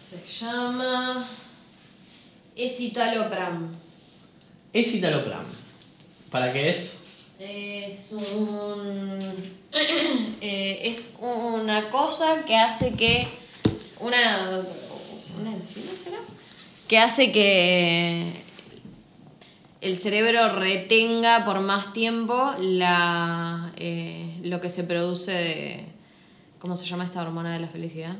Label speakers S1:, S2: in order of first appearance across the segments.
S1: se llama. Es Italopram.
S2: Es citalopram. ¿Para qué es?
S1: Es un. eh, es una cosa que hace que. Una. ¿Una enzima será? Que hace que. El cerebro retenga por más tiempo la, eh, lo que se produce de. ¿Cómo se llama esta hormona de la felicidad?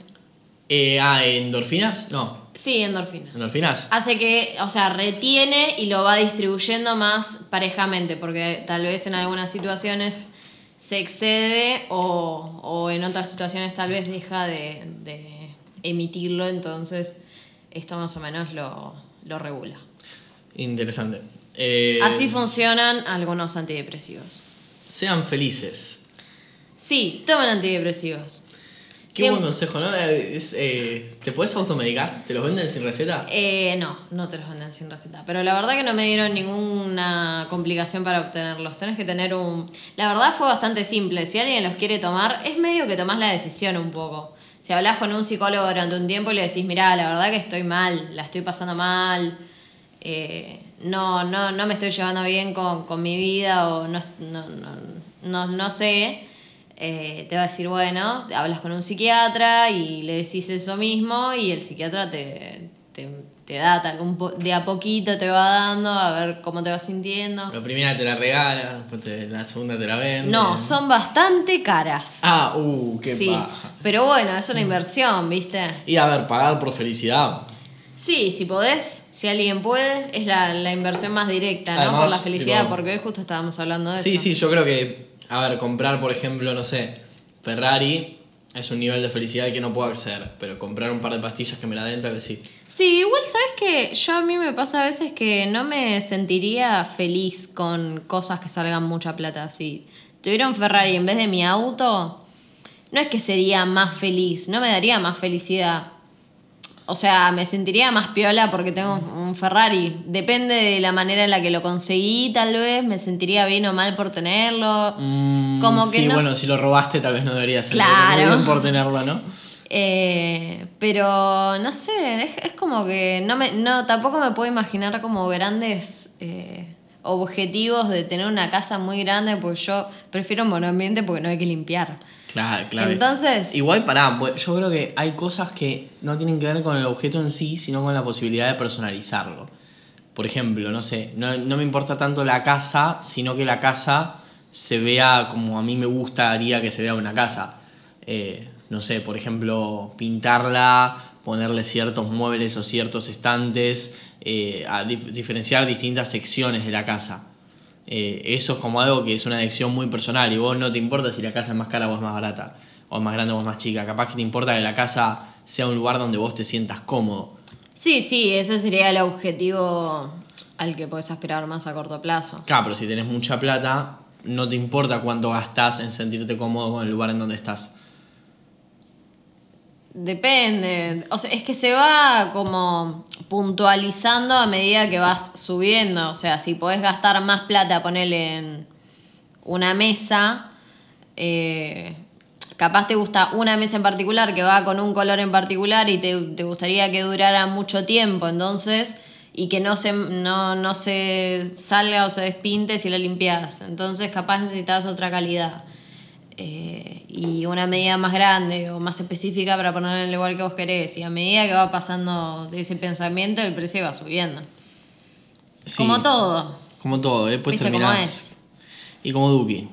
S2: Eh, ah, ¿endorfinas? No,
S1: Sí, endorfinas.
S2: endorfinas.
S1: Hace que, o sea, retiene y lo va distribuyendo más parejamente, porque tal vez en algunas situaciones se excede o, o en otras situaciones tal vez deja de, de emitirlo, entonces esto más o menos lo, lo regula.
S2: Interesante. Eh,
S1: Así funcionan algunos antidepresivos.
S2: Sean felices.
S1: Sí, toman antidepresivos.
S2: Qué
S1: Siem-
S2: buen consejo, ¿no? Eh, es, eh, ¿Te puedes automedicar? ¿Te los venden sin receta?
S1: Eh, no, no te los venden sin receta. Pero la verdad que no me dieron ninguna complicación para obtenerlos. Tenés que tener un. La verdad fue bastante simple. Si alguien los quiere tomar, es medio que tomás la decisión un poco. Si hablas con un psicólogo durante un tiempo y le decís, mirá, la verdad que estoy mal, la estoy pasando mal, eh, no, no, no me estoy llevando bien con, con mi vida o no, no, no, no, no sé. Eh, te va a decir, bueno, hablas con un psiquiatra y le decís eso mismo y el psiquiatra te, te, te da tal, un po- de a poquito te va dando a ver cómo te vas sintiendo.
S2: La primera te la regala, después te- la segunda te la venden.
S1: No, son bastante caras.
S2: Ah, uh, qué
S1: sí,
S2: paja.
S1: pero bueno, es una inversión, ¿viste?
S2: Y a ver, pagar por felicidad.
S1: Sí, si podés, si alguien puede, es la, la inversión más directa, ¿no?
S2: Además,
S1: Por la felicidad,
S2: tipo-
S1: porque hoy justo estábamos hablando de
S2: Sí,
S1: eso.
S2: sí, yo creo que, a ver, comprar, por ejemplo, no sé, Ferrari es un nivel de felicidad al que no puedo acceder, pero comprar un par de pastillas que me la den, tal vez sí.
S1: Sí, igual sabes que yo a mí me pasa a veces que no me sentiría feliz con cosas que salgan mucha plata. Si tuviera un Ferrari en vez de mi auto, no es que sería más feliz, no me daría más felicidad. O sea, me sentiría más piola porque tengo un Ferrari. Depende de la manera en la que lo conseguí, tal vez. Me sentiría bien o mal por tenerlo. Como que
S2: Mm, sí,
S1: no.
S2: bueno, si lo robaste, tal vez no deberías sentirte
S1: Claro.
S2: muy bien por tenerlo, ¿no?
S1: Eh, pero no sé, es, es como que no me, no, tampoco me puedo imaginar como grandes eh, objetivos de tener una casa muy grande, porque yo prefiero un monoambiente porque no hay que limpiar.
S2: Claro, claro.
S1: Entonces-
S2: Igual, pará, pues, yo creo que hay cosas que no tienen que ver con el objeto en sí, sino con la posibilidad de personalizarlo. Por ejemplo, no sé, no, no me importa tanto la casa, sino que la casa se vea como a mí me gustaría que se vea una casa. Eh, no sé, por ejemplo, pintarla, ponerle ciertos muebles o ciertos estantes, eh, a dif- diferenciar distintas secciones de la casa. Eh, eso es como algo que es una elección muy personal y vos no te importa si la casa es más cara o es más barata, o es más grande o es más chica. Capaz que te importa que la casa sea un lugar donde vos te sientas cómodo.
S1: Sí, sí, ese sería el objetivo al que podés aspirar más a corto plazo.
S2: Claro, pero si tenés mucha plata, no te importa cuánto gastás en sentirte cómodo con el lugar en donde estás.
S1: Depende. O sea, es que se va como puntualizando a medida que vas subiendo. O sea, si podés gastar más plata, ponerle en una mesa. eh, capaz te gusta una mesa en particular que va con un color en particular y te, te gustaría que durara mucho tiempo. Entonces. Y que no se, no, no se salga o se despinte si la limpias. Entonces, capaz necesitas otra calidad eh, y una medida más grande o más específica para poner en el lugar que vos querés. Y a medida que va pasando de ese pensamiento, el precio va subiendo.
S2: Sí,
S1: Como todo.
S2: Como todo, ¿eh? después
S1: ¿Viste cómo es?
S2: terminás. Y como Duki.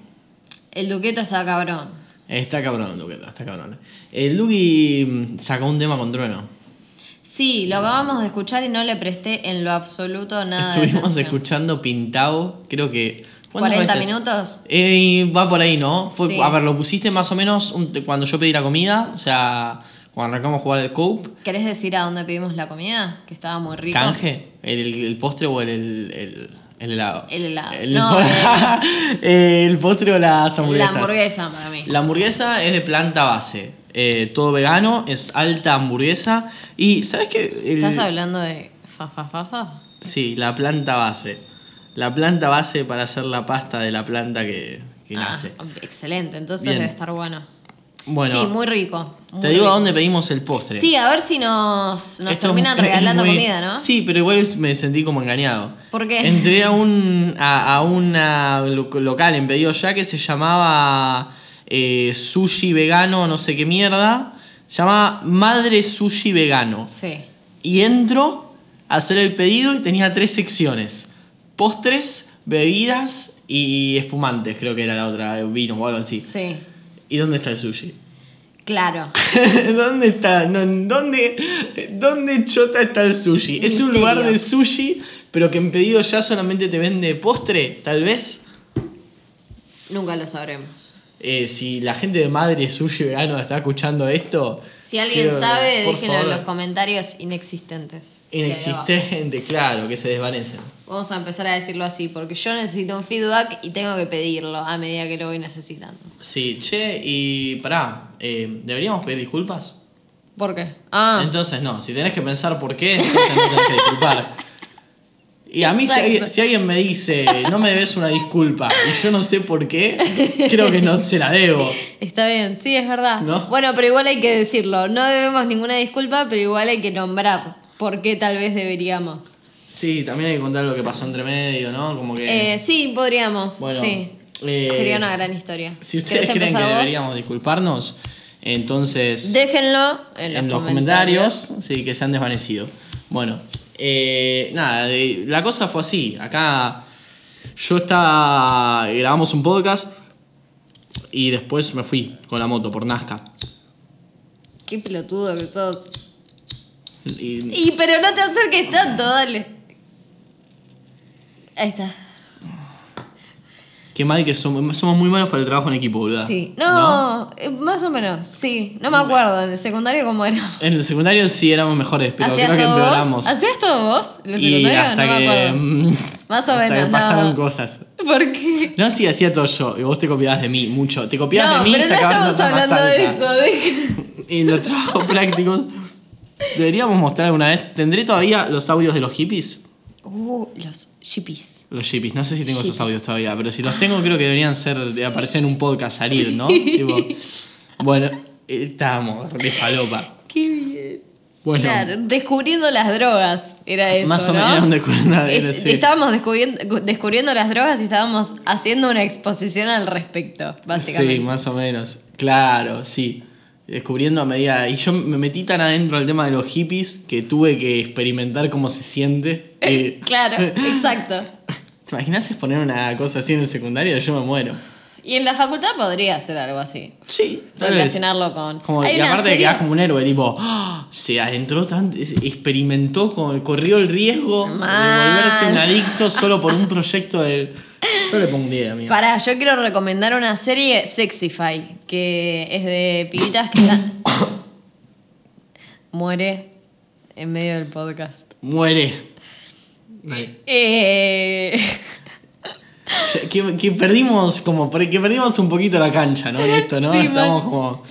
S1: El duqueto está cabrón.
S2: Está cabrón el Duki, está cabrón. El Duki mm, sacó un tema con Trueno.
S1: Sí, lo acabamos de escuchar y no le presté en lo absoluto nada. de
S2: Estuvimos
S1: Ah, atención.
S2: escuchando Pintado, creo que. ¿cuántas
S1: 40
S2: veces?
S1: minutos.
S2: Eh, va por ahí, ¿no? Fue-
S1: Sí.
S2: A ver, lo pusiste más o menos un- cuando yo pedí la comida, o sea, cuando arrancamos a jugar el cope,
S1: ¿Querés decir a dónde pedimos la comida? Que estaba muy rico.
S2: canje, el, el- el postre o el, el, el- el helado.
S1: El helado.
S2: El,
S1: No, eh.
S2: el postre o las
S1: La
S2: hamburguesas.
S1: hamburguesa para mí.
S2: La hamburguesa es de planta base, eh, todo vegano, es alta hamburguesa y ¿sabes qué? El-
S1: ¿Estás hablando de fa fa fa fa?
S2: Sí, la planta base. La planta base para hacer la pasta de la planta que, que
S1: Ah,
S2: nace.
S1: excelente, entonces
S2: Bien.
S1: debe estar bueno.
S2: Bueno,
S1: sí, muy rico. muy
S2: te digo a
S1: rico.
S2: dónde pedimos el postre.
S1: Sí, a ver si nos, nos
S2: Esto
S1: terminan
S2: es- es
S1: regalando
S2: muy-
S1: comida, ¿no?
S2: Sí, pero igual es- me sentí como engañado.
S1: ¿Por qué?
S2: Entré a un a, a una lo- local en pedido ya que se llamaba eh, sushi vegano, no sé qué mierda. Se llamaba Madre Sushi Vegano.
S1: Sí.
S2: Y entro a hacer el pedido y tenía tres secciones. Postres, bebidas y espumantes, creo que era la otra, vino o algo así.
S1: Sí.
S2: ¿Y dónde está el sushi?
S1: Claro.
S2: ¿Dónde está? No, ¿dónde, ¿Dónde chota está el sushi? ¿Es
S1: Misterio.
S2: un lugar de sushi, pero que en pedido ya solamente te vende postre, tal vez?
S1: Nunca lo sabremos.
S2: Eh, si la gente de Madre Sushi Vegano está escuchando esto...
S1: Si alguien
S2: quiero-
S1: sabe,
S2: por
S1: déjenlo en
S2: favor,
S1: los comentarios inexistentes. que ahí abajo.
S2: Inexistente, claro, que se desvanecen.
S1: Vamos a empezar a decirlo así, porque yo necesito un feedback y tengo que pedirlo a medida que lo voy necesitando.
S2: Sí, che, y pará, eh, ¿deberíamos pedir disculpas?
S1: ¿Por qué? Ah,
S2: Entonces no, si tenés que pensar por qué, entonces no tenés que disculpar. Y a mí si
S1: Exacto.
S2: alguien, si alguien me dice, no me debes una disculpa, y yo no sé por qué, creo que no se la debo.
S1: está bien, sí, es verdad.
S2: ¿No?
S1: Bueno, pero igual hay que decirlo. No debemos ninguna disculpa, pero igual hay que nombrar por qué tal vez deberíamos.
S2: Sí, también hay que contar lo que pasó entre medio, ¿no? Como que...
S1: Eh, sí, podríamos.
S2: bueno,
S1: sí.
S2: eh,
S1: Sería una gran historia.
S2: Si
S1: ¿Querés
S2: ustedes creen que
S1: empezar vos?
S2: deberíamos disculparnos, entonces...
S1: Déjenlo en los,
S2: en los comentarios, sí, que se han desvanecido. Bueno, eh, nada, de- la cosa fue así. Acá yo estaba. Grabamos un podcast y después me fui con la moto por Nazca.
S1: Qué pelotudo que sos.
S2: Y-
S1: Y pero no te acerques tanto, dale. Ahí está.
S2: qué mal que somos, somos muy malos para el trabajo en equipo, boludo.
S1: Sí. No, eh, más o menos, sí. No me acuerdo, en el secundario cómo era.
S2: En el secundario sí éramos mejores, pero
S1: ¿Hacías
S2: creo que
S1: todo
S2: empeoramos.
S1: vos? ¿Hacías todo vos? ¿En el
S2: y
S1: secundario?
S2: hasta
S1: no me
S2: que.
S1: acuerdo.
S2: mm,
S1: Más o
S2: hasta
S1: menos,
S2: que pasaron
S1: no.
S2: cosas.
S1: ¿Por qué?
S2: No, sí, hacía todo yo. Y vos te copiabas de mí mucho. Te copiabas
S1: No,
S2: de mí y
S1: pero no estamos
S2: sacabas notas más
S1: hablando de
S2: altas.
S1: eso. deja-
S2: En los trabajos prácticos. Deberíamos mostrar alguna vez. ¿Tendré todavía los audios de los hippies?
S1: Uh, los chippies.
S2: Los hippies, no sé si tengo esos
S1: Hippies.
S2: audios todavía, pero si los tengo creo que deberían ser de aparecer en un podcast, salir, ¿no? Tipo, bueno, eh, estábamos de falopa.
S1: Qué bien.
S2: Bueno,
S1: claro, descubriendo las drogas era eso.
S2: más o
S1: ¿no?
S2: menos de cuerda de-
S1: Est-
S2: sí.
S1: Estábamos descubriendo, descubriendo las drogas y estábamos haciendo una exposición al respecto,
S2: Sí,
S1: básicamente.
S2: más o menos. Claro, sí. Descubriendo a medida. Y yo me metí tan adentro al tema de los hippies que tuve que experimentar cómo se siente. Eh,
S1: Claro, exacto.
S2: ¿Te imaginas exponer una cosa así en el secundario? Yo me muero.
S1: Y en la facultad podría ser algo así.
S2: Sí, tal vez.
S1: Relacionarlo con.
S2: Como,
S1: Hay
S2: y
S1: una
S2: aparte de
S1: serie-
S2: quedás como un héroe, tipo, ¡Ah! se adentró tanto, es- experimentó, con- corrió el riesgo de
S1: Mal.
S2: volverse un adicto solo por un proyecto del. Yo le pongo un 10, amigo.
S1: Pará, yo quiero recomendar una serie Sexify, que es de pibitas que están. Muere en medio del podcast.
S2: Muere.
S1: Eh,
S2: Ya- Que, que perdimos como per- que perdimos un poquito la cancha, ¿no? En Esto, ¿no?
S1: Sí,
S2: Estamos
S1: mal.
S2: como.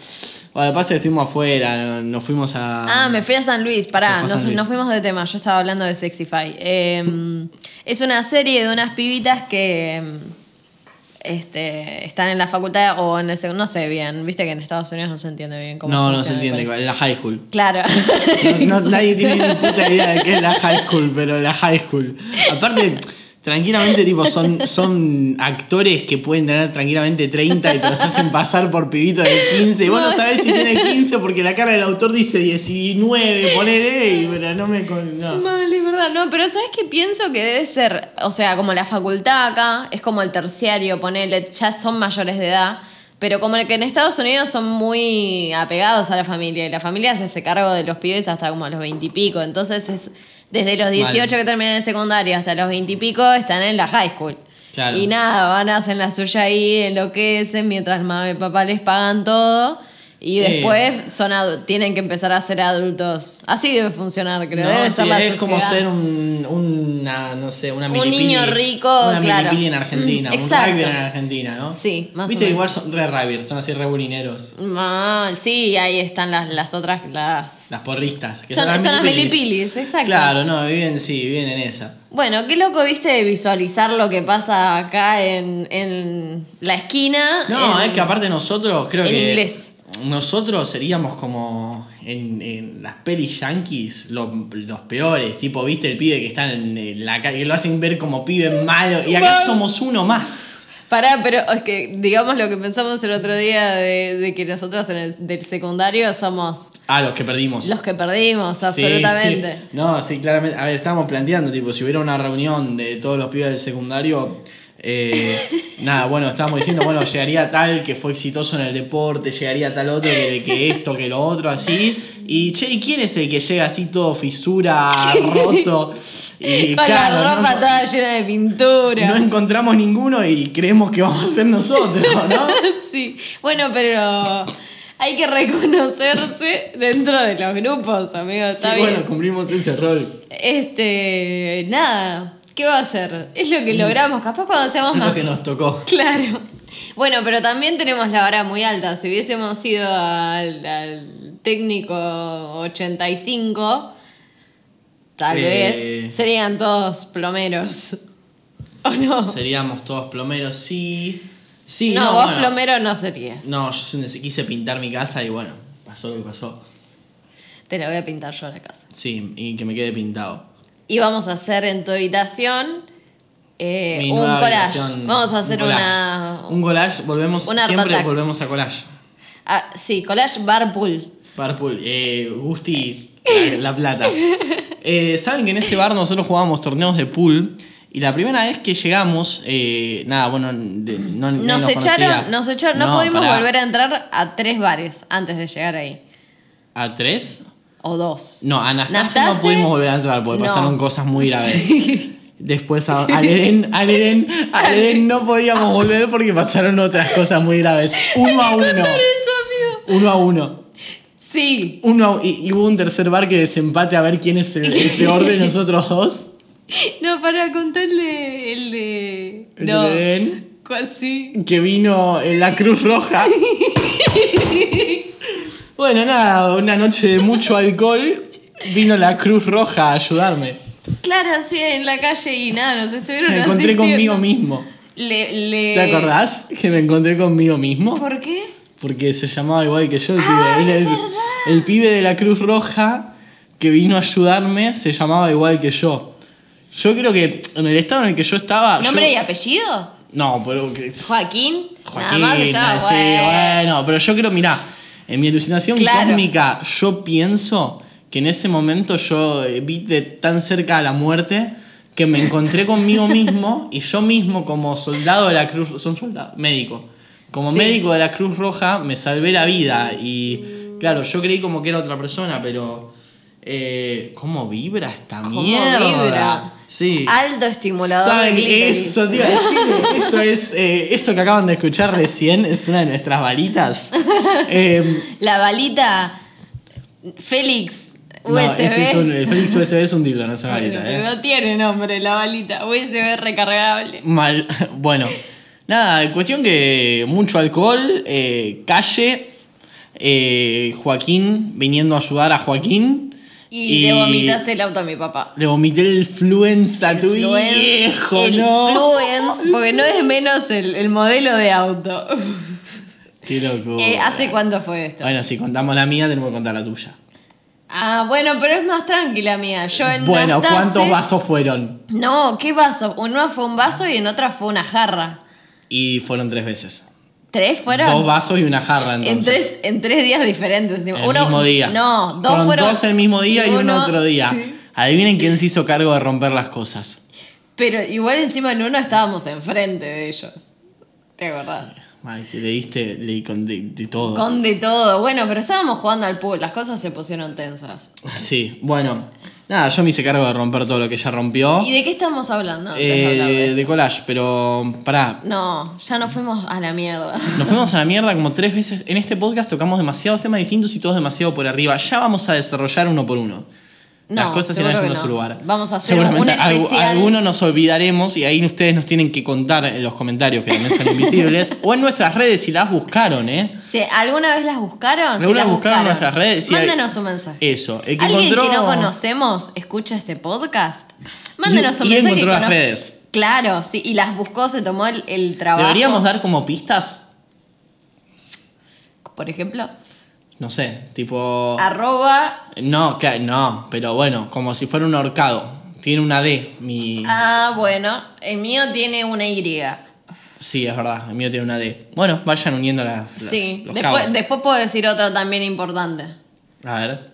S2: Bueno, pasa que estuvimos afuera, nos fuimos a.
S1: Ah, me fui a San Luis,
S2: Se
S1: pará,
S2: fue a
S1: nos,
S2: San Luis.
S1: nos fuimos de tema, yo estaba hablando de Sexify. Eh, es una serie de unas pibitas que em, este, están en la facultad o en el segundo, no sé bien, viste que en Estados Unidos no se entiende bien cómo
S2: no, no se
S1: funciona el
S2: entiende, en la high school.
S1: colegio. Claro.
S2: No, no- nadie tiene ni puta idea de qué es la high school, pero la high school. Aparte, tranquilamente, tipo, son, son actores que pueden tener tranquilamente 30 y te los hacen pasar por pibitos de 15. Y vos no sabés si tiene 15 porque la cara del autor dice 19, ponele, y, pero no me. con- No.
S1: Mal, es verdad, no, pero ¿sabes qué pienso que debe ser? O sea, como la facultad acá, es como el terciario, ponele, ya son mayores de edad, pero como que en Estados Unidos son muy apegados a la familia y la familia se hace cargo de los pibes hasta como los veintipico, entonces es desde los 18
S2: Mal.
S1: que terminan el secundario hasta los veintipico están en la high school.
S2: Claro.
S1: Y nada, van a hacer la suya ahí, enloquecen, mientras mamá y papá les pagan todo. Y
S2: Eh.
S1: después son adu- tienen que empezar a ser adultos. Así debe funcionar, creo.
S2: No,
S1: debe
S2: sí,
S1: ser la
S2: es como
S1: sociedad.
S2: ser un, una, no sé, una
S1: Un
S2: milipili-
S1: niño rico,
S2: Una
S1: claro.
S2: milipili en Argentina,
S1: Mm,
S2: un
S1: exacto.
S2: rugby en Argentina, ¿no?
S1: Sí, más o
S2: Viste,
S1: menos.
S2: igual son re rugby, son así re bulineros.
S1: Mal, sí, y ahí están las, las otras, las...
S2: Las porristas. que
S1: Son, son las
S2: milipilis.
S1: milipilis, exacto.
S2: Claro, no, viven, sí, viven en esa.
S1: Bueno, qué loco viste de visualizar lo que pasa acá en, en la esquina.
S2: No,
S1: en-
S2: es que aparte nosotros creo
S1: en
S2: que.
S1: inglés.
S2: nosotros seríamos como en, en las pelis yankees lo- los peores, tipo, viste el pibe que está en, en la calle, que lo hacen ver como pibe malo y acá
S1: Mal.
S2: somos uno más.
S1: Pará, pero es que digamos lo que pensamos el otro día de, de que nosotros en el, del secundario somos
S2: Ah, los que perdimos.
S1: los que perdimos,
S2: Sí,
S1: absolutamente.
S2: sí. No, sí, claramente. A ver, estábamos planteando, tipo, si hubiera una reunión de todos los pibes del secundario, eh, nada, bueno, estábamos diciendo, bueno, llegaría tal que fue exitoso en el deporte, llegaría tal otro que, que esto, que lo otro, así. Y, che, ¿y quién es el que llega así todo fisura, roto? Y,
S1: Con
S2: claro,
S1: la
S2: no-
S1: ropa toda llena de pintura.
S2: no encontramos ninguno y creemos que vamos a ser nosotros, ¿no?
S1: Sí, bueno, pero hay que reconocerse dentro de los grupos, amigo,
S2: Sí,
S1: está bien.
S2: bueno, cumplimos ese rol.
S1: Este, nada, ¿qué va a hacer? Es lo que logramos, capaz cuando seamos
S2: Mm. Lo
S1: más...
S2: que nos tocó.
S1: Claro. Bueno, pero también tenemos la vara muy alta. Si hubiésemos ido al, al técnico 85, tal
S2: Eh.
S1: vez serían todos plomeros. ¿O no?
S2: Seríamos todos plomeros, sí. Sí,
S1: no,
S2: no,
S1: vos
S2: bueno.
S1: plomero no serías.
S2: No, yo soy un des- quise pintar mi casa y bueno, pasó lo que pasó.
S1: Te la voy a pintar yo la casa.
S2: Sí, y que me quede pintado.
S1: Y vamos a hacer en tu habitación eh,
S2: Mi
S1: un
S2: nueva
S1: collage.
S2: habitación,
S1: Vamos a hacer
S2: un collage.
S1: una.
S2: Un collage, volvemos,
S1: un art
S2: siempre
S1: attack.
S2: volvemos a collage.
S1: ah, sí, collage barpool.
S2: Purple, eh, Gusti, la, la plata. Eh, Saben que en ese bar nosotros jugábamos torneos de pool y la primera vez que llegamos, eh, nada, bueno, de- no ni
S1: Nos
S2: conocía.
S1: echaron, nos echaron, no, pudimos
S2: pará.
S1: volver a entrar a tres bares antes de llegar ahí.
S2: ¿A tres?
S1: O dos.
S2: No, a Anastasia no
S1: Nastase,
S2: pudimos volver a entrar porque
S1: no.
S2: pasaron cosas muy graves.
S1: Sí.
S2: Después a, al Edén, al Edén, al Edén no podíamos volver porque pasaron otras cosas muy graves. Uno a uno.
S1: Contar eso, amigo.
S2: Uno a uno.
S1: Sí.
S2: Uno a- y, y hubo un tercer bar que desempate a ver quién es el, el peor de nosotros dos.
S1: No, para contarle el de.
S2: El
S1: no.
S2: del Edén.
S1: Casi.
S2: Que vino en la Cruz Roja. Bueno, nada, una noche de mucho alcohol. Vino la Cruz Roja a ayudarme.
S1: Claro, sí, en la calle y nada, nos estuvieron
S2: Me encontré
S1: asistiendo.
S2: conmigo mismo.
S1: Le, le...
S2: ¿Te acordás que me encontré conmigo mismo?
S1: ¿Por qué?
S2: Porque se llamaba igual que yo el
S1: Ah,
S2: pibe. Era
S1: es
S2: el,
S1: verdad.
S2: el pibe de la Cruz Roja que vino a ayudarme se llamaba igual que yo. Yo creo que en el estado en el que yo estaba. Ah, yo-
S1: ¿Nombre y apellido?
S2: No, pero. que-
S1: Joaquín.
S2: Joaquín, eh,
S1: Nada más que ya,
S2: sí,
S1: bueno.
S2: bueno, pero yo creo, mirá, en mi alucinación
S1: Claro.
S2: cósmica, yo pienso que en ese momento yo eh, vi de tan cerca a la muerte que me encontré conmigo mismo y yo mismo como soldado de la Cruz, son soldados, médico, como
S1: Sí.
S2: médico de la Cruz Roja me salvé la vida y claro, yo creí como que era otra persona, pero eh, ¿cómo vibra esta
S1: ¿Cómo
S2: mierda?
S1: vibra?
S2: Sí.
S1: Alto estimulador.
S2: ¿Saben
S1: de clítoris.
S2: eso, te iba a decir, Eso es. eh, eso que acaban de escuchar recién es una de nuestras varitas. Eh,
S1: La balita Félix USB.
S2: no, ese es un, el Félix USB es un dildo, no es una
S1: Bueno,
S2: varita,
S1: pero
S2: eh.
S1: No tiene nombre la balita. USB recargable.
S2: Mal. Bueno. Nada, cuestión que mucho alcohol, eh, calle, eh, Joaquín viniendo a ayudar a Joaquín.
S1: Y, le vomitaste el auto a mi papá.
S2: Le vomité el fluenza a tu
S1: Fluence-
S2: viejo,
S1: el
S2: ¿no?
S1: Fluence, porque no es menos el, el modelo de auto.
S2: Qué loco.
S1: Eh, ¿Hace cuánto fue esto?
S2: Bueno, si contamos la mía, tenemos que contar la tuya.
S1: Ah, bueno, pero es más tranquila mía. Yo en
S2: Bueno,
S1: Nastase-
S2: ¿cuántos vasos fueron?
S1: No, ¿qué vaso? En una fue un vaso y en otra fue una jarra.
S2: Y fueron tres veces.
S1: ¿Tres fueron?
S2: Dos vasos y una jarra,
S1: En
S2: entonces.
S1: tres, en tres días diferentes.
S2: El mismo día.
S1: No, dos
S2: fueron
S1: fueron.
S2: dos el mismo día y, uno
S1: uno-
S2: otro día.
S1: sí.
S2: Adivinen quién se hizo cargo de romper las cosas.
S1: Pero igual encima en uno estábamos enfrente de ellos. ¿Te acordás?
S2: Ay, que le diste le, con de, de todo.
S1: Con de todo. Bueno, pero estábamos jugando al pool. Las cosas se pusieron tensas.
S2: Sí, bueno. Nada, yo me hice cargo de romper todo lo que ella rompió.
S1: ¿Y de qué estamos hablando? antes de hablar de
S2: Oh. Eh,
S1: esto?
S2: de collage, pero pará.
S1: No, ya nos fuimos a la mierda.
S2: Nos fuimos a la mierda como tres veces. En este podcast tocamos demasiados temas distintos y todos demasiado por arriba. Ya vamos a desarrollar uno por uno.
S1: No,
S2: Las cosas irán
S1: seguro que
S2: yendo a
S1: no.
S2: su lugar.
S1: Vamos a hacer un
S2: algu-
S1: especial.
S2: alguno nos olvidaremos y ahí ustedes nos tienen que contar en los comentarios que también son invisibles. o en nuestras redes si las buscaron, ¿eh?
S1: Si ¿Alguna vez las buscaron? Si
S2: ¿Alguna
S1: las
S2: buscaron en nuestras redes? Si hay-
S1: Mándenos un mensaje.
S2: Eso. El que
S1: ¿Alguien
S2: encontró...
S1: que no conocemos escucha este podcast? Mándenos
S2: Y-
S1: un
S2: y
S1: mensaje.
S2: encontró
S1: y
S2: las
S1: conoz-
S2: redes.
S1: Claro, sí. Y las buscó, se tomó el, el trabajo.
S2: ¿Deberíamos dar como pistas?
S1: Por ejemplo.
S2: No sé, tipo...
S1: Ah. Arroba.
S2: No, que, no, pero bueno, como si fuera un ahorcado. Tiene una D, mi...
S1: Ah, bueno. El mío tiene una Y.
S2: Sí, es verdad, el mío tiene una D. Bueno, vayan uniendo las... las-
S1: Sí.
S2: los
S1: Después,
S2: cabos.
S1: después puedo decir otra también importante.
S2: A ver,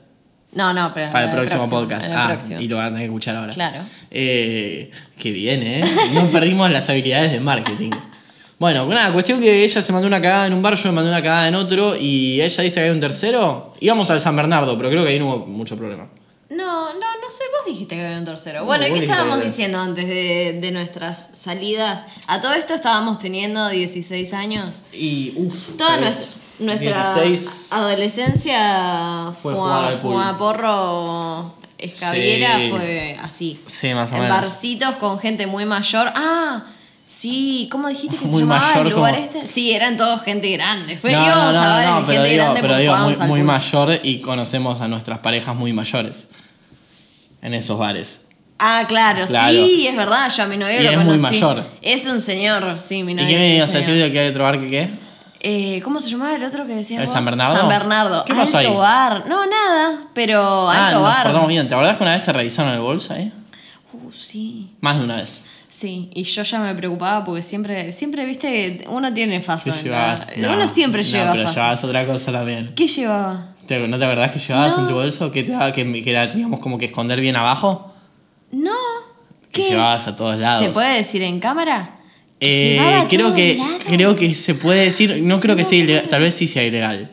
S1: No, no, pero.
S2: para el
S1: en
S2: próximo, podcast.
S1: en el
S2: Ah,
S1: Ah, próximo.
S2: y lo van a tener que escuchar ahora.
S1: Claro.
S2: Eh, qué bien, ¿eh? No perdimos las habilidades de marketing. Bueno, nada, cuestión que ella se mandó una cagada en un bar, yo me mandé una cagada en otro y ella dice que hay un tercero. Íbamos al San Bernardo, pero creo que ahí no hubo mucho problema.
S1: No, no, no sé, vos dijiste que había un tercero. Bueno,
S2: Uh, vos
S1: ¿y qué
S2: dijiste
S1: estábamos
S2: que-
S1: diciendo antes de, de nuestras salidas? A todo esto estábamos teniendo 16 años.
S2: Y uff.
S1: Toda nues- nuestra
S2: 16
S1: adolescencia
S2: fue
S1: fue
S2: jugar
S1: fuma,
S2: al pool.
S1: porro escabiera,
S2: Sí.
S1: fue así.
S2: Sí, más o
S1: en
S2: menos.
S1: barcitos con gente muy mayor. Ah, sí, ¿cómo dijiste que
S2: Muy
S1: se llamaba
S2: mayor
S1: el lugar
S2: como-
S1: este? Sí, eran todos gente grande. Fue,
S2: No, no,
S1: íbamos a
S2: no,
S1: bares
S2: no,
S1: de
S2: pero
S1: gente
S2: digo,
S1: grande
S2: pero
S1: porque
S2: digo, muy,
S1: jugábamos al
S2: muy
S1: pool.
S2: mayor y conocemos a nuestras parejas muy mayores en esos bares.
S1: Ah, claro,
S2: Claro.
S1: sí, es verdad, yo a mi novio
S2: Y
S1: lo
S2: es muy
S1: conocí.
S2: mayor.
S1: Es un señor, sí, mi
S2: ¿Y
S1: novio
S2: qué me
S1: es
S2: ibas
S1: un
S2: a decir
S1: señor.
S2: de que hay otro bar que qué?
S1: Eh, ¿Cómo se llamaba el otro que decías
S2: ¿El
S1: vos?
S2: San Bernardo?
S1: San Bernardo.
S2: ¿Qué pasó
S1: Alto
S2: ahí?
S1: bar. No, nada, pero
S2: Ah,
S1: alto
S2: nos
S1: bar.
S2: portamos bien. ¿Te acordás que una vez te revisaron el bolso ahí?
S1: Uh, sí.
S2: Más de una vez.
S1: Sí, y yo ya me preocupaba porque siempre, siempre viste, uno tiene faso.
S2: ¿Qué
S1: en
S2: llevabas?
S1: la- Uno siempre
S2: no,
S1: lleva
S2: pero
S1: faso.
S2: llevabas otra cosa también.
S1: ¿Qué llevaba?
S2: ¿Te- ¿No te acordás que llevabas
S1: No.
S2: en tu bolso que, te daba- que, que la teníamos como que esconder bien abajo?
S1: No.
S2: Que
S1: ¿Qué?
S2: llevabas a todos lados.
S1: ¿Se puede decir en cámara?
S2: Eh,
S1: Llevaba a
S2: creo,
S1: todos
S2: que,
S1: lados.
S2: creo que se puede decir, no creo que sea ilegal, tal vez sí sea ilegal.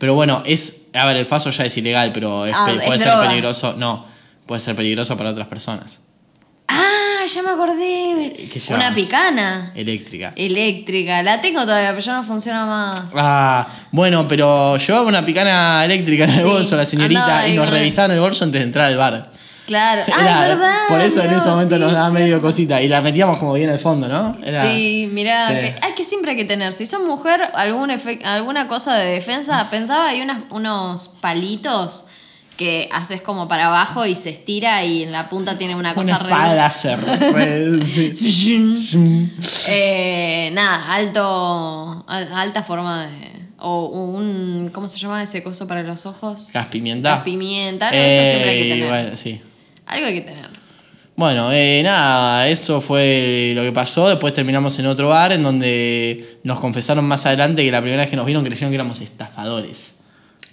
S2: Pero bueno, es. A ver, el faso ya es ilegal, pero es
S1: Ah,
S2: pe-
S1: es
S2: puede ser
S1: droga.
S2: peligroso. No, puede ser peligroso para otras personas.
S1: Ah, ya me acordé.
S2: Eh, ¿Qué llevabas?
S1: Una picana.
S2: Eléctrica.
S1: Eléctrica, la tengo todavía, pero ya no funciona más.
S2: Ah, bueno, pero llevaba una picana eléctrica en el
S1: Sí,
S2: bolso la
S1: andaba
S2: señorita
S1: ahí
S2: y nos
S1: con el-
S2: revisaron el bolso antes de entrar al bar.
S1: Claro, ah,
S2: Era-
S1: es verdad.
S2: Por eso en
S1: Dios,
S2: ese momento
S1: sí,
S2: nos daba
S1: sí.
S2: medio cosita y la metíamos como bien al fondo, ¿no? Era-
S1: Sí, mirá,
S2: Sí.
S1: Que, hay que siempre hay que tener. Si sos mujer, algún efe- alguna cosa de defensa. Pensaba, hay unas, unos palitos que haces como para abajo y se estira y en la punta tiene una
S2: Una
S1: cosa
S2: espada
S1: redonda.
S2: láser. re- sí.
S1: Eh, nada, alto, al- alta forma de... O un... ¿Cómo se llama ese coso para los ojos?
S2: Gas pimienta.
S1: Las pimienta, algo de eso siempre hay que
S2: Eh,
S1: tener.
S2: Bueno, sí.
S1: Algo hay que tener.
S2: Bueno, eh, nada, eso fue lo que pasó. Después terminamos en otro bar en donde nos confesaron más adelante que la primera vez que nos vieron creyeron que éramos estafadores.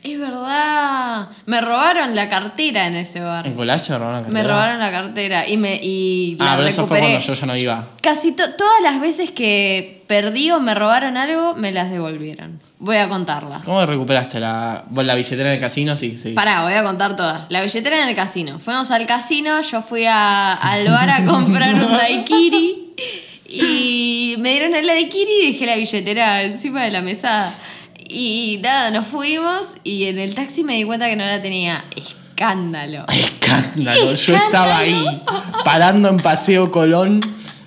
S1: Es verdad. Me robaron la cartera en ese bar.
S2: ¿En Colacho robaron la
S1: Me
S2: cartera?
S1: robaron la cartera y me y
S2: Ah,
S1: la
S2: pero eso fue
S1: recuperé.
S2: cuando yo ya no iba.
S1: Casi to- todas las veces que perdí o me robaron algo, me las devolvieron. Voy a contarlas.
S2: ¿Cómo recuperaste la, vos la billetera en el casino? Sí, sí.
S1: Pará, voy a contar todas. La billetera en el casino. Fuimos al casino, yo fui a, al bar a comprar un daiquiri y me dieron el daiquiri y dejé la billetera encima de la mesa. Y nada, nos fuimos y en el taxi me di cuenta que no la tenía. Escándalo.
S2: Escándalo, yo estaba ahí parando en Paseo Colón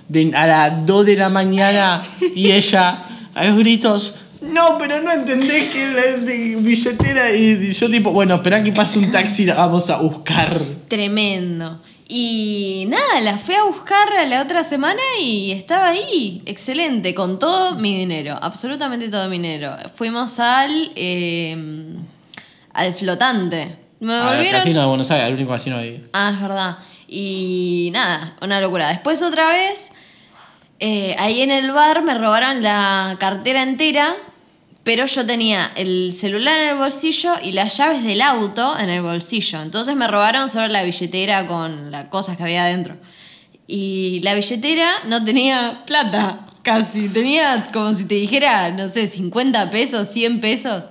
S2: de- a las 2 de la mañana y ella a los gritos. No, pero no entendés que la de- billetera y y yo tipo, bueno, esperá que pase un taxi, la vamos a buscar.
S1: Tremendo. Y nada, la fui a buscar la otra semana y estaba ahí. Excelente, con todo mi dinero, absolutamente todo mi dinero. Fuimos al, eh, al flotante. Me
S2: Al
S1: devolvieron.
S2: casino de Buenos Aires, al único casino de
S1: Ah, es verdad. Y nada, una locura. Después otra vez, eh, ahí en el bar me robaron la cartera entera, pero yo tenía el celular en el bolsillo y las llaves del auto en el bolsillo. Entonces me robaron solo la billetera con las cosas que había adentro. Y la billetera no tenía plata, casi. Tenía como si te dijera, no sé, 50 pesos, 100 pesos.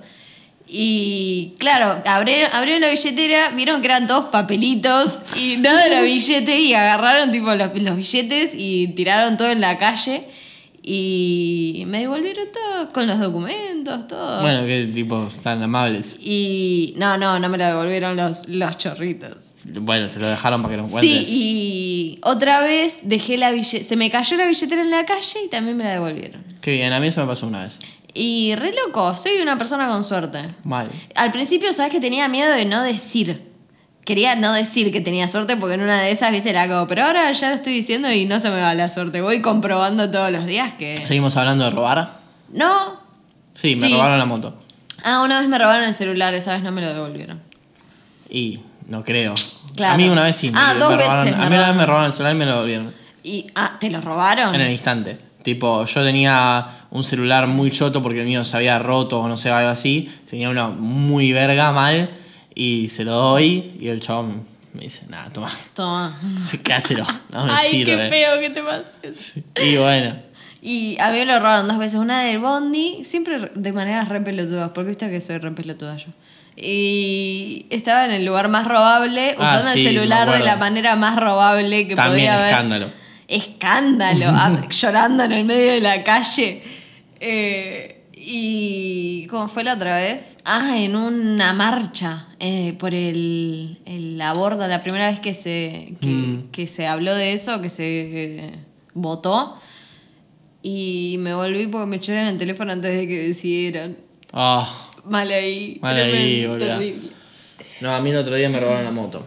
S1: Y claro, abrieron, abrieron la billetera, vieron que eran todos papelitos y nada era billete y agarraron tipo los, los billetes y tiraron todo en la calle y me devolvieron todo con los documentos, todo.
S2: Bueno, qué tipo tan amables.
S1: Y no, no, no me lo devolvieron los, los chorritos.
S2: Bueno, te lo dejaron para que lo
S1: Sí,
S2: encuentres.
S1: y otra vez dejé la billetera, se me cayó la billetera en la calle y también me la devolvieron.
S2: Qué bien, a mí eso me pasó una vez.
S1: Y re loco, soy una persona con suerte.
S2: Mal.
S1: Al principio, sabes que tenía miedo de no decir. Quería no decir que tenía suerte porque en una de esas, viste, la como, pero ahora ya lo estoy diciendo y no se me va la suerte. Voy comprobando todos los días que.
S2: Seguimos hablando de robar.
S1: No.
S2: Sí, me
S1: Sí.
S2: robaron la moto.
S1: Ah, una vez me robaron el celular, esa vez no me lo devolvieron.
S2: Y no creo.
S1: Claro.
S2: A mí una vez sí. me-
S1: Ah,
S2: me
S1: dos veces
S2: robaron-
S1: me
S2: A mí una vez
S1: robaron.
S2: me robaron el celular y me lo devolvieron.
S1: Y, ah, ¿te lo robaron?
S2: En el instante. Tipo, yo tenía un celular muy choto porque el mío se había roto o no sé, algo así. Tenía uno muy verga mal y se lo doy y el chabón me dice, nada, toma,
S1: Toma.
S2: secátelo, no me
S1: Ay,
S2: sirve.
S1: qué feo que te pases.
S2: Y bueno,
S1: Y a mí me lo robaron dos veces, una del bondi, siempre de maneras re pelotudas, porque viste que soy re pelotuda yo. Y estaba en el lugar más robable,
S2: Ah,
S1: usando
S2: sí,
S1: el
S2: me
S1: celular de
S2: acuerdo.
S1: la manera más robable que
S2: también
S1: podía haber.
S2: escándalo.
S1: Escándalo, ah, llorando en el medio de la calle. Eh, y ¿cómo fue la otra vez? Ah, en una marcha eh, por el, el aborto, la primera vez que se, que,
S2: Mm.
S1: que se habló de eso, que se eh, votó. Y me volví porque me echaron el teléfono antes de que decidieran.
S2: Ah,
S1: Mal ahí,
S2: Mal ahí,
S1: tremendo,
S2: boluda.
S1: terrible.
S2: No, a mí el otro día me robaron la moto.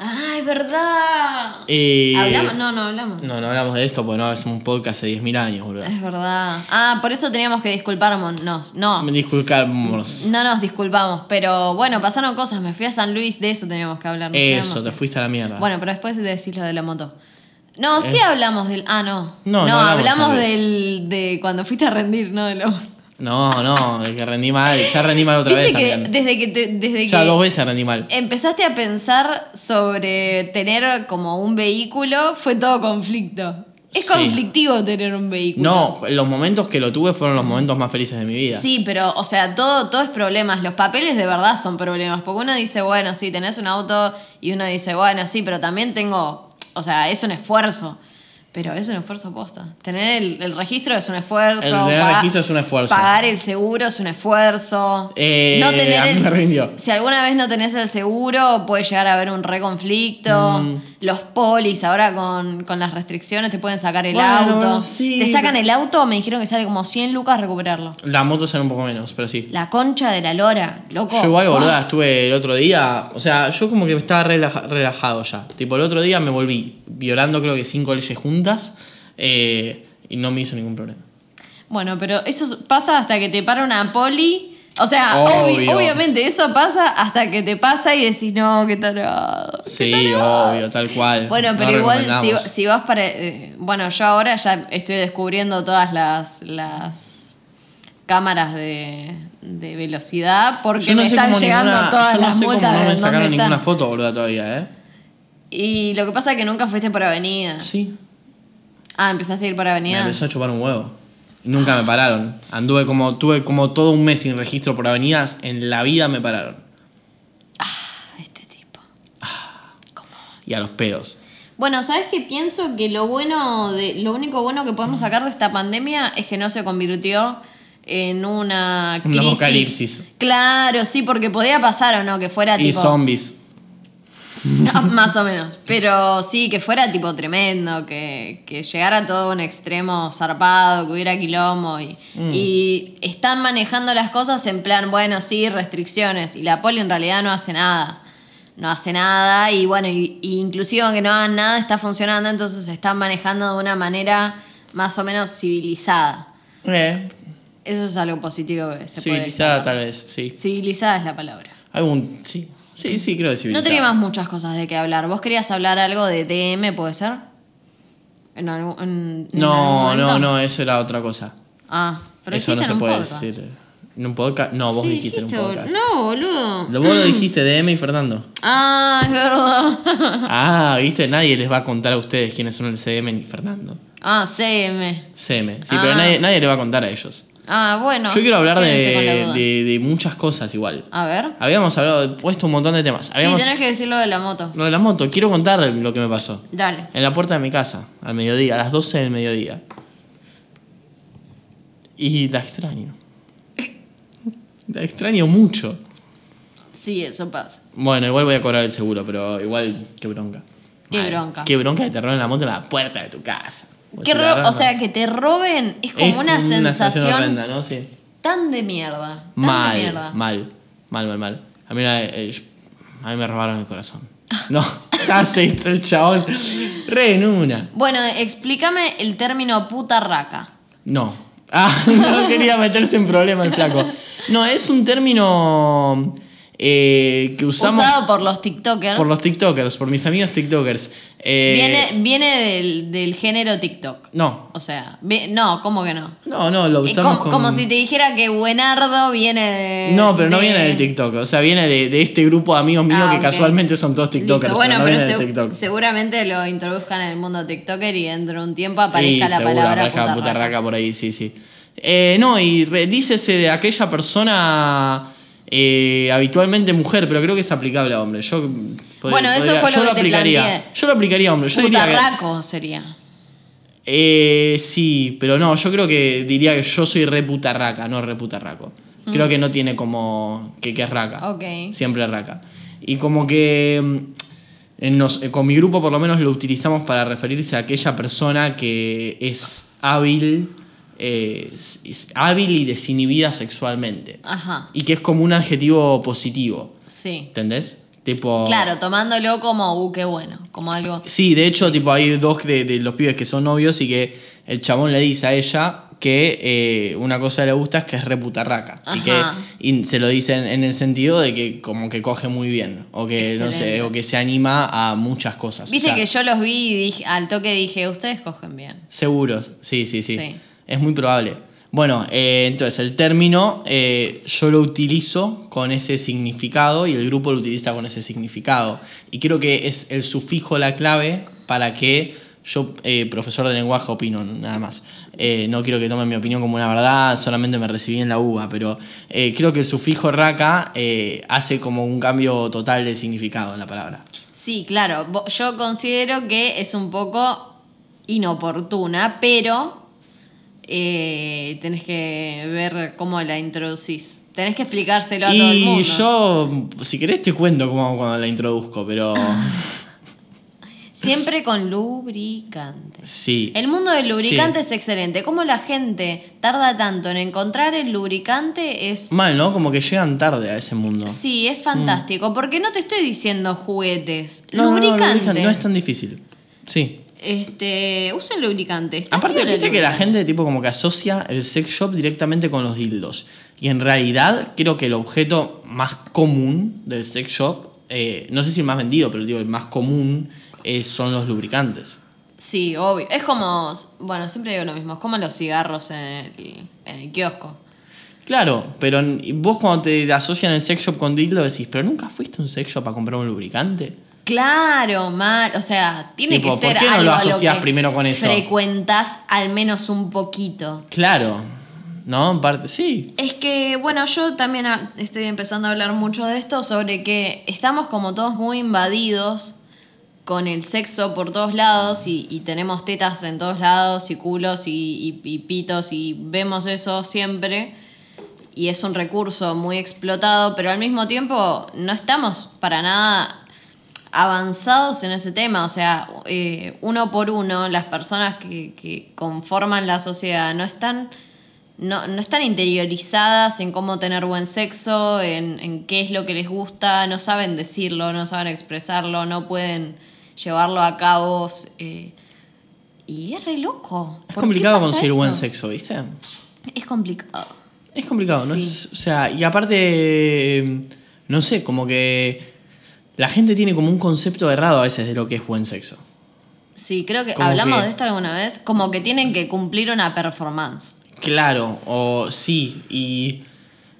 S1: Ah, es verdad.
S2: Y...
S1: ¿Hablamos? No, no hablamos.
S2: No, no hablamos de esto porque no hacemos un podcast hace 10.000 años, boludo.
S1: Es verdad. Ah, por eso teníamos que disculparnos. No,
S2: Me disculpamos.
S1: no nos disculpamos, pero bueno, pasaron cosas. Me fui a San Luis, de eso teníamos que hablar. no sabíamos
S2: Eso, te
S1: hacer.
S2: fuiste a la mierda.
S1: Bueno, pero después decís lo de la moto. No, sí hablamos del. Ah, no.
S2: No, no hablamos de San
S1: hablamos
S2: Luis.
S1: del, de cuando fuiste a rendir, no de la moto.
S2: No, no, de que rendí mal, ya rendí mal otra
S1: Viste
S2: vez
S1: que
S2: también.
S1: desde que, te- desde
S2: Ya
S1: que
S2: dos veces rendí mal.
S1: empezaste a pensar sobre tener como un vehículo, fue todo conflicto. Es
S2: Sí.
S1: conflictivo tener un vehículo.
S2: No, los momentos que lo tuve fueron los momentos más felices de mi vida.
S1: Sí, pero, o sea, todo, todo es problemas. Los papeles de verdad son problemas. Porque uno dice, bueno, sí, tenés un auto. Y uno dice, bueno, sí, pero también tengo. O sea, es un esfuerzo. Pero es un esfuerzo posta. Tener el, el registro es un esfuerzo.
S2: El tener
S1: pa-
S2: registro es un esfuerzo.
S1: Pagar el seguro es un esfuerzo.
S2: Eh, a mí me rindió.
S1: Si alguna vez no tenés el seguro, puede llegar a haber un reconflicto.
S2: Mm.
S1: Los polis ahora con, con las restricciones te pueden sacar el
S2: Bueno,
S1: auto.
S2: sí,
S1: te
S2: pero-
S1: sacan el auto, me dijeron que sale como 100 lucas recuperarlo.
S2: La moto será un poco menos, pero sí.
S1: La concha de la lora, loco.
S2: Yo igual, boluda, estuve el otro día, o sea, yo como que estaba relaja- relajado ya. Tipo, el otro día me volví violando creo que cinco leyes juntas eh, y no me hizo ningún problema.
S1: Bueno, pero eso pasa hasta que te para una poli. O sea, obvi-
S2: Obvio.
S1: obviamente eso pasa hasta que te pasa y decís, no, qué tarado.
S2: Sí, obvio, tal cual.
S1: Bueno,
S2: No
S1: pero igual si,
S2: recomendamos.
S1: si vas para... eh, bueno, yo ahora ya estoy descubriendo todas las, las cámaras de, de velocidad porque
S2: Yo no
S1: me
S2: sé
S1: están
S2: cómo
S1: llegando
S2: ninguna-
S1: todas
S2: yo no
S1: las
S2: sé cómo
S1: multas.
S2: no
S1: de
S2: me
S1: dónde
S2: sacaron ninguna
S1: están.
S2: foto, boluda, todavía, ¿eh?
S1: Y lo que pasa es que nunca fuiste por avenidas.
S2: Sí.
S1: Ah, empezaste a ir por
S2: Me
S1: avenidas.
S2: empezó a chupar un huevo. Y Nunca me pararon. Anduve como, tuve como todo un mes sin registro por avenidas. En la vida me pararon.
S1: Este tipo.
S2: Y a los pedos.
S1: Bueno, ¿sabes qué pienso? Que lo bueno de, lo único bueno que podemos sacar de esta pandemia es que no se convirtió en una
S2: Un
S1: crisis.
S2: apocalipsis.
S1: Claro, sí, porque podía pasar o no, que fuera
S2: Y
S1: Ah, tipo.
S2: zombies.
S1: No, más o menos. Pero sí, que fuera tipo tremendo, que, que llegara todo a un extremo zarpado, que hubiera quilombo y, y están manejando las cosas en plan, bueno, sí, restricciones. Y la poli en realidad no hace nada. No hace nada y bueno, y, y inclusive aunque no hagan nada, está funcionando, entonces se están manejando de una manera más o menos civilizada.
S2: Eh,
S1: Eso es algo positivo que se puede
S2: civilizada
S1: destacar.
S2: tal vez, sí.
S1: Civilizada es la palabra.
S2: Algún, sí. Sí, sí, creo que
S1: No
S2: civilizada.
S1: teníamos muchas cosas de qué hablar. ¿Vos querías hablar algo de DM, puede ser? ¿En algún, en- en
S2: No,
S1: algún momento?
S2: no, no, eso era otra cosa.
S1: Ah, pero
S2: eso no
S1: dijiste
S2: se
S1: en un
S2: puede
S1: podcast.
S2: decir. ¿En un podcast? No, vos
S1: Sí,
S2: dijiste en un
S1: dijiste,
S2: podcast.
S1: bol- No, boludo.
S2: Lo- Vos lo dijiste, DM y Fernando.
S1: Ah, es verdad.
S2: Ah, viste, nadie les va a contar a ustedes quiénes son el CM ni Fernando.
S1: ah, CM.
S2: CM. Sí,
S1: Ah.
S2: pero nadie, nadie le va a contar a ellos.
S1: Ah, bueno.
S2: Yo quiero hablar de,
S1: quédense con la duda.
S2: de- de muchas cosas igual.
S1: A ver.
S2: Habíamos hablado, puesto un montón de temas. Habíamos,
S1: Sí, tenés que decir lo de la moto.
S2: Lo de la moto, quiero contar lo que me pasó.
S1: Dale.
S2: En la puerta de mi casa, al mediodía, a las 12 del mediodía. Y la extraño. La extraño mucho.
S1: Sí, eso pasa.
S2: Bueno, igual voy a cobrar el seguro, pero igual, qué bronca.
S1: Qué bronca.
S2: Qué bronca que te roben la moto en la puerta de tu casa. Vos
S1: Que
S2: decís, la
S1: ro-
S2: verdad,
S1: o sea,
S2: Pues no.
S1: que te roben es como
S2: Es
S1: una, sensación
S2: horrenda, ¿no? Sí.
S1: tan de mierda. Tan de
S2: Mal,
S1: mierda.
S2: mal, mal, mal, mal. A mí, una vez, eh, yo- a mí me robaron el corazón. No, casi hizo el chabón. Re en una.
S1: Bueno, explícame el término puta raca.
S2: No. Ah, no quería meterse en problemas el flaco. No, es un término eh, que usamos
S1: Usado por los TikTokers.
S2: por los TikTokers, por mis amigos TikTokers. Eh,
S1: Viene, viene del, del género TikTok.
S2: No,
S1: O sea, vi- no, ¿cómo que no?
S2: no, no, lo
S1: Es
S2: usamos
S1: como,
S2: con-
S1: como si te dijera que Buenardo viene de.
S2: No, pero no
S1: de-
S2: viene de TikTok, o sea, viene de, de este grupo de amigos míos
S1: Ah,
S2: que
S1: ok.
S2: casualmente son todos
S1: Listo,
S2: TikTokers.
S1: Bueno,
S2: pero no
S1: pero,
S2: viene
S1: seg-
S2: de TikTok.
S1: seguramente lo introduzcan en el mundo TikToker y dentro de un tiempo
S2: Y
S1: aparezca la
S2: seguro,
S1: palabra
S2: aparezca
S1: putarraca.
S2: putarraca por ahí, sí, sí. Eh, no, y re- dícese de aquella persona eh, habitualmente mujer, pero creo que es aplicable a hombre. Yo, pod-
S1: Bueno, eso fue lo
S2: yo
S1: que te
S2: aplicaría.
S1: planteé.
S2: Yo lo aplicaría a hombre. Yo diría que-
S1: Putarraco sería.
S2: Eh, sí, pero no, yo creo que diría que yo soy re putarraca, no re putarraco. Creo que no tiene como que, que es raca.
S1: Mm. Ok.
S2: Siempre es raca. Y como que mm, en nos- eh, con mi grupo por lo menos lo utilizamos para referirse a aquella persona que es hábil, eh, es- es hábil y desinhibida sexualmente.
S1: Ajá,
S2: Y que es como un adjetivo positivo,
S1: sí.
S2: ¿entendés? Tipo...
S1: Claro, tomándolo como, uh, qué bueno, como algo.
S2: Oh. Sí, de hecho, tipo, hay dos de, de los pibes que son novios y que el chabón le dice a ella que eh, una cosa que le gusta es que es reputarraca. Y que
S1: Ajá.
S2: y se lo dicen en el sentido de que como que coge muy bien. O que, no sé,
S1: Excelente.
S2: o que se anima a muchas cosas.
S1: Viste
S2: O sea,
S1: que yo los vi y dije, al toque dije, ustedes cogen bien.
S2: Seguros, sí, sí, sí,
S1: Sí.
S2: Es muy probable. Bueno, eh, entonces el término eh, yo lo utilizo con ese significado y el grupo lo utiliza con ese significado. Y creo que es el sufijo la clave para que yo, eh, profesor de lenguaje, opino, nada más. Eh, no quiero que tomen mi opinión como una verdad, solamente me recibí en la UBA, pero eh, creo que el sufijo raca eh, hace como un cambio total de significado en la palabra.
S1: Sí, claro, vo- yo considero que es un poco inoportuna, pero eh, tenés que ver cómo la introducís. Tenés que explicárselo a todo el mundo.
S2: Y yo, si querés, te cuento cómo hago cuando la introduzco, pero.
S1: Siempre con lubricantes.
S2: Sí.
S1: El mundo del lubricante
S2: Sí.
S1: es excelente. Cómo la gente tarda tanto en encontrar el lubricante es...
S2: Mal, ¿no? Como que llegan tarde a ese mundo.
S1: Sí, es fantástico. Porque no te estoy diciendo juguetes.
S2: Mm. No, no, no,
S1: lubricante.
S2: lubricante, No, es tan difícil. Sí.
S1: Este, usen lubricante. Está
S2: Aparte,
S1: piola el
S2: viste que la
S1: lubricante.
S2: gente tipo como que asocia el sex shop directamente con los dildos. Y en realidad creo que el objeto más común del sex shop, eh, no sé si el más vendido, pero digo, el más común eh, son los lubricantes.
S1: Sí, obvio. Es como, bueno, siempre digo lo mismo, es como los cigarros en el, en el kiosco.
S2: Claro, pero en- vos cuando te asocian el sex shop con dildo decís, pero nunca fuiste a un sex shop a comprar un lubricante.
S1: Claro, mal. O sea, tiene que
S2: Tipo, ¿por
S1: ser
S2: qué no lo
S1: algo a
S2: asociás
S1: que
S2: primero con eso?
S1: Frecuentás al menos un poquito.
S2: Claro, ¿no? En parte, sí.
S1: Es que, bueno, yo también ah, estoy empezando a hablar mucho de esto, sobre que estamos como todos muy invadidos con el sexo por todos lados y, y tenemos tetas en todos lados y culos y, y- y pitos y vemos eso siempre. Y es un recurso muy explotado, pero al mismo tiempo no estamos para nada avanzados en ese tema. O sea, eh, uno por uno, las personas que, que conforman la sociedad no están, no, no están interiorizadas en cómo tener buen sexo, en, en qué es lo que les gusta, no saben decirlo, no saben expresarlo, no pueden llevarlo a cabo. eh, y es re loco.
S2: Es
S1: ¿Por qué
S2: complicado
S1: pasa
S2: conseguir
S1: eso?
S2: buen sexo, ¿viste?
S1: Es complicado.
S2: Es complicado, ¿no?
S1: Sí.
S2: Es- o sea, y aparte, em, no sé, como que la gente tiene como un concepto errado a veces de lo que es buen sexo.
S1: Sí, creo que
S2: Como
S1: hablamos
S2: que-
S1: de esto alguna vez, como que tienen que cumplir una performance.
S2: Claro, o sí, y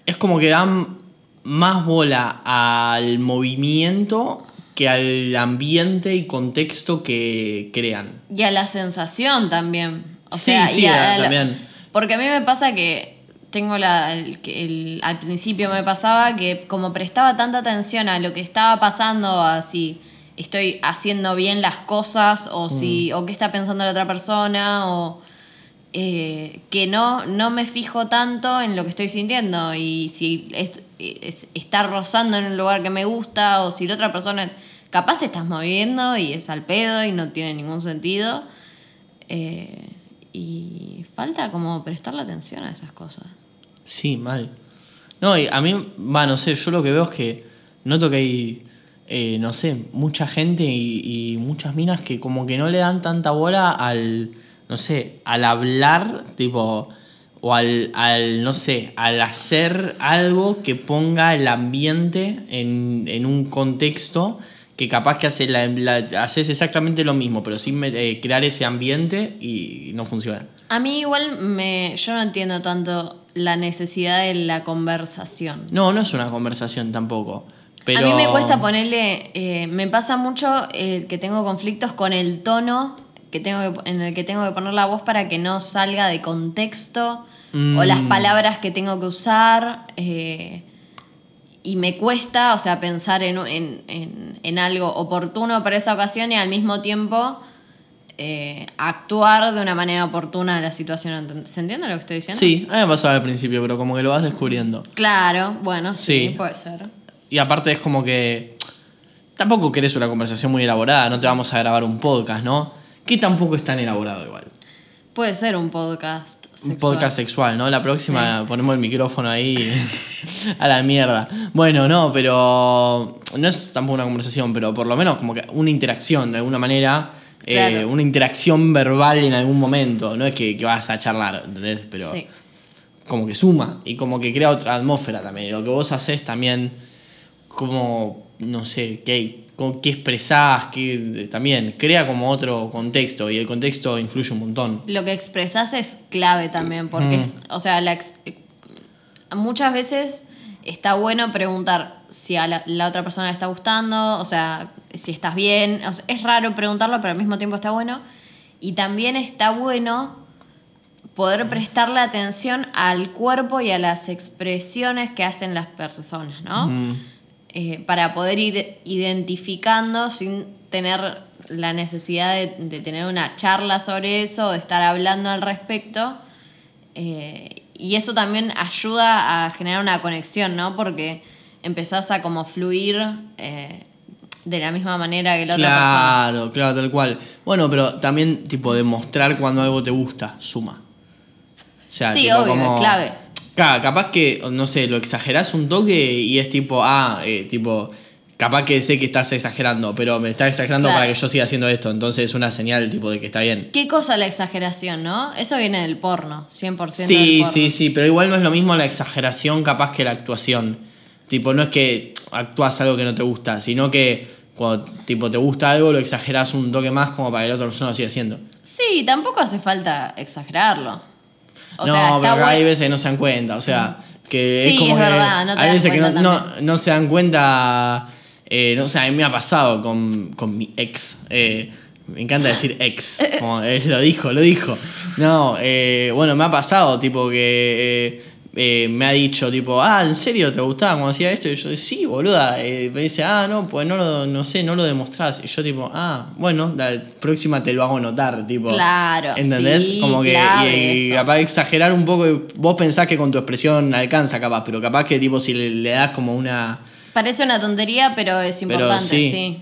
S2: es como que dan más bola al movimiento que al ambiente y contexto que crean.
S1: Y a la sensación también. O
S2: Sí,
S1: sea,
S2: sí,
S1: y
S2: a-
S1: a la-
S2: también.
S1: Porque a mí me pasa que tengo la. el- que el- al principio me pasaba que, como prestaba tanta atención a lo que estaba pasando, a si estoy haciendo bien las cosas o si o qué está pensando la otra persona o eh, que no no me fijo tanto en lo que estoy sintiendo y si es, es- está rozando en un lugar que me gusta o si la otra persona capaz te estás moviendo y es al pedo y no tiene ningún sentido eh, y falta como prestarle atención a esas cosas.
S2: Sí, mal. No, y a mí, va, no sé, yo lo que veo es que noto que hay, eh, no sé, mucha gente y, y muchas minas que como que no le dan tanta bola al, no sé, al hablar, tipo, o al, al, no sé, al hacer algo que ponga el ambiente en, en un contexto que capaz que hace la- la- haces exactamente lo mismo, pero sin me- eh, crear ese ambiente y no funciona.
S1: A mí igual me, yo no entiendo tanto la necesidad de la conversación.
S2: No, no es una conversación tampoco. Pero...
S1: A mí me cuesta ponerle, eh, me pasa mucho eh, que tengo conflictos con el tono que tengo que- en el que tengo que poner la voz para que no salga de contexto o
S2: Mm.
S1: las palabras que tengo que usar. eh, y me cuesta, o sea, pensar en, en- en- en algo oportuno para esa ocasión y al mismo tiempo eh, actuar de una manera oportuna a la situación. ¿Ent- ¿Se entiende lo que estoy diciendo?
S2: Sí, a mí me pasaba al principio, pero como que lo vas descubriendo.
S1: Claro, bueno, sí.
S2: Sí.
S1: puede ser.
S2: Y aparte es como que tampoco querés una conversación muy elaborada, no te vamos a grabar un podcast, ¿no? Que tampoco es tan elaborado igual.
S1: Puede ser un podcast.
S2: Un
S1: sexual.
S2: podcast sexual, ¿no? La próxima ponemos el micrófono ahí a la mierda. Bueno, no, pero no es tampoco una conversación, pero por lo menos como que una interacción de alguna manera. eh,
S1: Claro.
S2: una interacción verbal en algún momento, no es que, que vas a charlar, ¿entendés? Pero
S1: Sí.
S2: como que suma y como que crea otra atmósfera también. Lo que vos haces también, como, no sé, qué, con- qué expresás, qué, también crea como otro contexto y el contexto influye un montón.
S1: Lo que expresás es clave también, porque es, o sea, la ex- muchas veces está bueno preguntar si a la, la otra persona le está gustando, o sea, si estás bien. O sea, es raro preguntarlo, pero al mismo tiempo está bueno. Y también está bueno poder prestarle atención al cuerpo y a las expresiones que hacen las personas, ¿no?
S2: Mm.
S1: Eh, para poder ir identificando sin tener la necesidad de, de tener una charla sobre eso, de estar hablando al respecto. Eh, y eso también ayuda a generar una conexión, ¿no? Porque empezás a como fluir eh, de la misma manera que la otra persona.
S2: Claro, claro, tal cual. Bueno, pero también, tipo, demostrar cuando algo te gusta, suma. O sea,
S1: Sí,
S2: tipo,
S1: obvio, es clave.
S2: Ca- capaz que, no sé, lo exagerás un toque y es tipo, ah, eh, tipo, capaz que sé que estás exagerando, pero me estás exagerando
S1: Claro.
S2: para que yo siga haciendo esto, entonces es una señal, tipo, de que está bien.
S1: ¿Qué cosa la exageración, no? Eso viene del porno, 100% del
S2: Sí,
S1: porno.
S2: sí, sí, pero igual no es lo mismo la exageración capaz que la actuación. Tipo, no es que actúas algo que no te gusta, sino que cuando tipo, te gusta algo lo exageras un toque más como para que la otra persona lo siga haciendo.
S1: Sí, tampoco hace falta exagerarlo. O
S2: no,
S1: sea, está
S2: pero acá hay
S1: bueno-
S2: veces que no se dan cuenta, o sea, que
S1: Sí,
S2: es como
S1: es
S2: que
S1: verdad, no te
S2: hay
S1: das
S2: veces que no,
S1: cuenta
S2: no- no se dan cuenta, eh, no sé, a mí me ha pasado con, con mi ex, eh, me encanta decir ex, como él lo dijo, lo dijo. No, eh, bueno, me ha pasado, tipo que eh, eh, me ha dicho, tipo, ah, ¿en serio te gustaba cuando hacía esto? Y yo, sí, boluda, Eh, me dice, ah, no, pues no lo, no sé, no lo demostrás. Y yo, tipo, ah, bueno, la próxima te lo hago notar, tipo.
S1: Claro,
S2: ¿Entendés?
S1: sí,
S2: como que
S1: clave
S2: y- y
S1: eso.
S2: capaz de exagerar un poco, y vos pensás que con tu expresión alcanza capaz, pero capaz que tipo si le, le das como una...
S1: Parece una tontería, pero es
S2: Pero
S1: importante,
S2: sí.
S1: sí.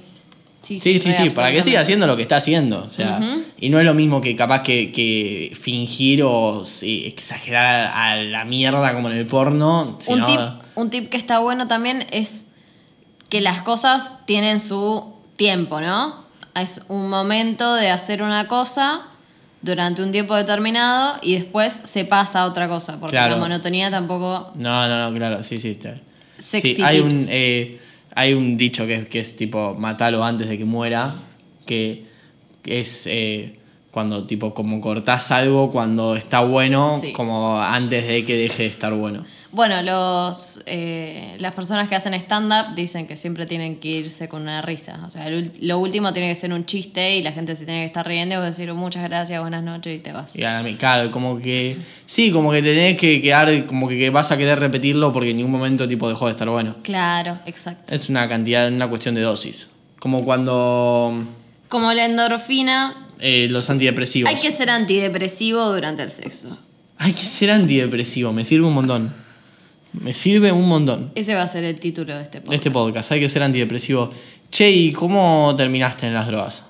S1: Sí,
S2: Sí, sí,
S1: re,
S2: sí, para que
S1: absolutamente.
S2: siga haciendo lo que está haciendo. O sea, Y no es lo mismo que capaz que, que fingir o sí, exagerar a la mierda como en el porno.
S1: un,
S2: sino-
S1: tip, un tip que está bueno también es que las cosas tienen su tiempo, ¿no? Es un momento de hacer una cosa durante un tiempo determinado y después se pasa a otra cosa, porque
S2: Claro.
S1: la monotonía tampoco...
S2: No, no, no, claro, sí, sí. Está. bien.
S1: Sexy
S2: Sí, hay,
S1: tips.
S2: Un, eh, hay un dicho que es, que es tipo, matalo antes de que muera, que es eh, cuando tipo, como cortás algo cuando está bueno,
S1: Sí.
S2: como antes de que deje de estar bueno.
S1: Bueno, los, eh, las personas que hacen stand-up dicen que siempre tienen que irse con una risa. O sea, el ul- lo último tiene que ser un chiste y la gente se tiene que estar riendo y vos decir muchas gracias, buenas noches y te vas.
S2: Y a mí, claro, como que, sí, como que tenés que quedar, como que, que vas a querer repetirlo porque en ningún momento tipo dejó de estar bueno.
S1: Claro, exacto.
S2: Es una cantidad, una cuestión de dosis. Como cuando
S1: Como la endorfina,
S2: eh, los antidepresivos.
S1: hay que ser antidepresivo durante el sexo.
S2: Hay que ser antidepresivo, me sirve un montón. Me sirve un montón.
S1: Ese va a ser el título de este
S2: De
S1: podcast.
S2: este podcast, hay que ser antidepresivo. Che, ¿y cómo terminaste en las drogas?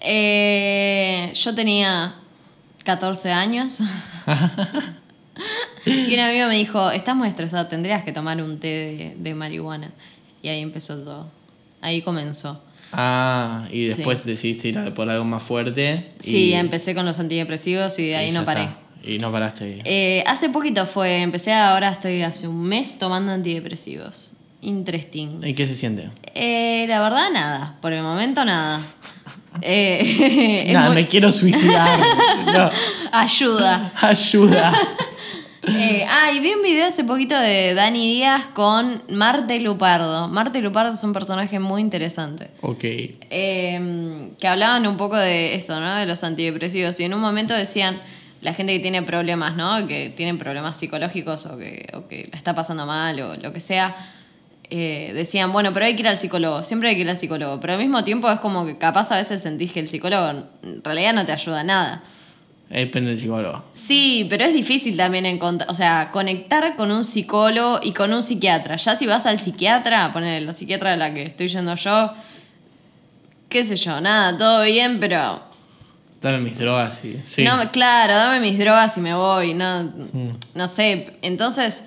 S1: Eh, yo tenía 14 años. y un amigo me dijo, estás muy estresado, tendrías que tomar un té de, de marihuana. Y ahí empezó todo. Ahí comenzó.
S2: Ah, y después decidiste ir a por algo más fuerte. y-
S1: Sí, empecé con los antidepresivos y de ahí
S2: y
S1: no
S2: ya
S1: paré.
S2: está. Y no paraste bien.
S1: Eh, hace poquito fue, empecé ahora, estoy hace un mes tomando antidepresivos. Interesting.
S2: ¿Y qué se siente?
S1: Eh, la verdad, nada. Por el momento, nada. Eh, es
S2: Nada,
S1: muy-
S2: me quiero suicidar. No,
S1: Ayuda.
S2: ayuda.
S1: Eh, ah, y vi un video hace poquito de Dani Díaz con Marte Lupardo. Marte Lupardo es un personaje muy interesante.
S2: ok.
S1: Eh, que hablaban un poco de esto, ¿no? De los antidepresivos. Y en un momento decían, la gente que tiene problemas, ¿no? Que tienen problemas psicológicos o que, o que la está pasando mal o lo que sea. eh, decían, bueno, pero hay que ir al psicólogo, siempre hay que ir al psicólogo. Pero al mismo tiempo es como que capaz a veces sentís que el psicólogo en realidad no te ayuda a nada.
S2: Depende del psicólogo.
S1: Sí, pero es difícil también encontrar, o sea, conectar con un psicólogo y con un psiquiatra. Ya si vas al psiquiatra, poner la psiquiatra a la que estoy yendo yo, qué sé yo, nada, todo bien, pero
S2: Dame mis drogas y. Sí. Mm.
S1: no, claro, dame mis drogas y me voy, no, no sé. Entonces,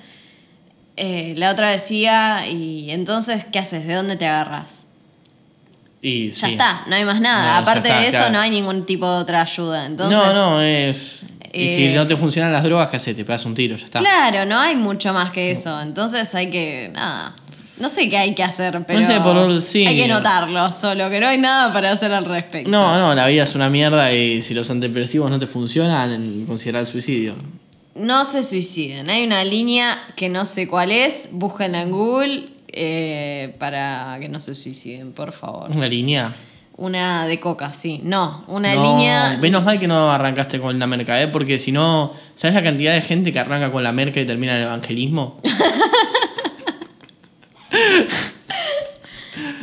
S1: eh, la otra decía, y entonces, ¿qué haces? ¿De dónde te agarras?
S2: y
S1: Ya
S2: sí.
S1: está, no hay más
S2: No,
S1: nada.
S2: ya
S1: Aparte
S2: está,
S1: de eso,
S2: claro.
S1: no hay ningún tipo de otra ayuda. Entonces,
S2: no, no, es. Y si
S1: Eh,
S2: no te funcionan las drogas, ¿qué haces? Te pegas un tiro, ya está.
S1: Claro, no hay mucho más que eso. Entonces hay que. Nada. No sé qué hay que hacer, pero.
S2: sé, por lo- sí.
S1: Hay que notarlo solo, que no hay nada para hacer al respecto.
S2: No, no, la vida es una mierda y si los antidepresivos no te funcionan, considerar el suicidio.
S1: No se suiciden. Hay una línea que no sé cuál es. Búsquenla en Google eh, para que no se suiciden, por favor.
S2: Una línea.
S1: Una de coca, sí. No, una
S2: No,
S1: línea.
S2: Menos mal que no arrancaste con la merca, ¿eh? Porque si no, ¿sabes la cantidad de gente que arranca con la merca y termina en el evangelismo?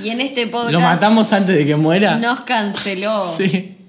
S1: Y en este podcast
S2: Lo matamos antes de que muera.
S1: este nos canceló.
S2: Sí.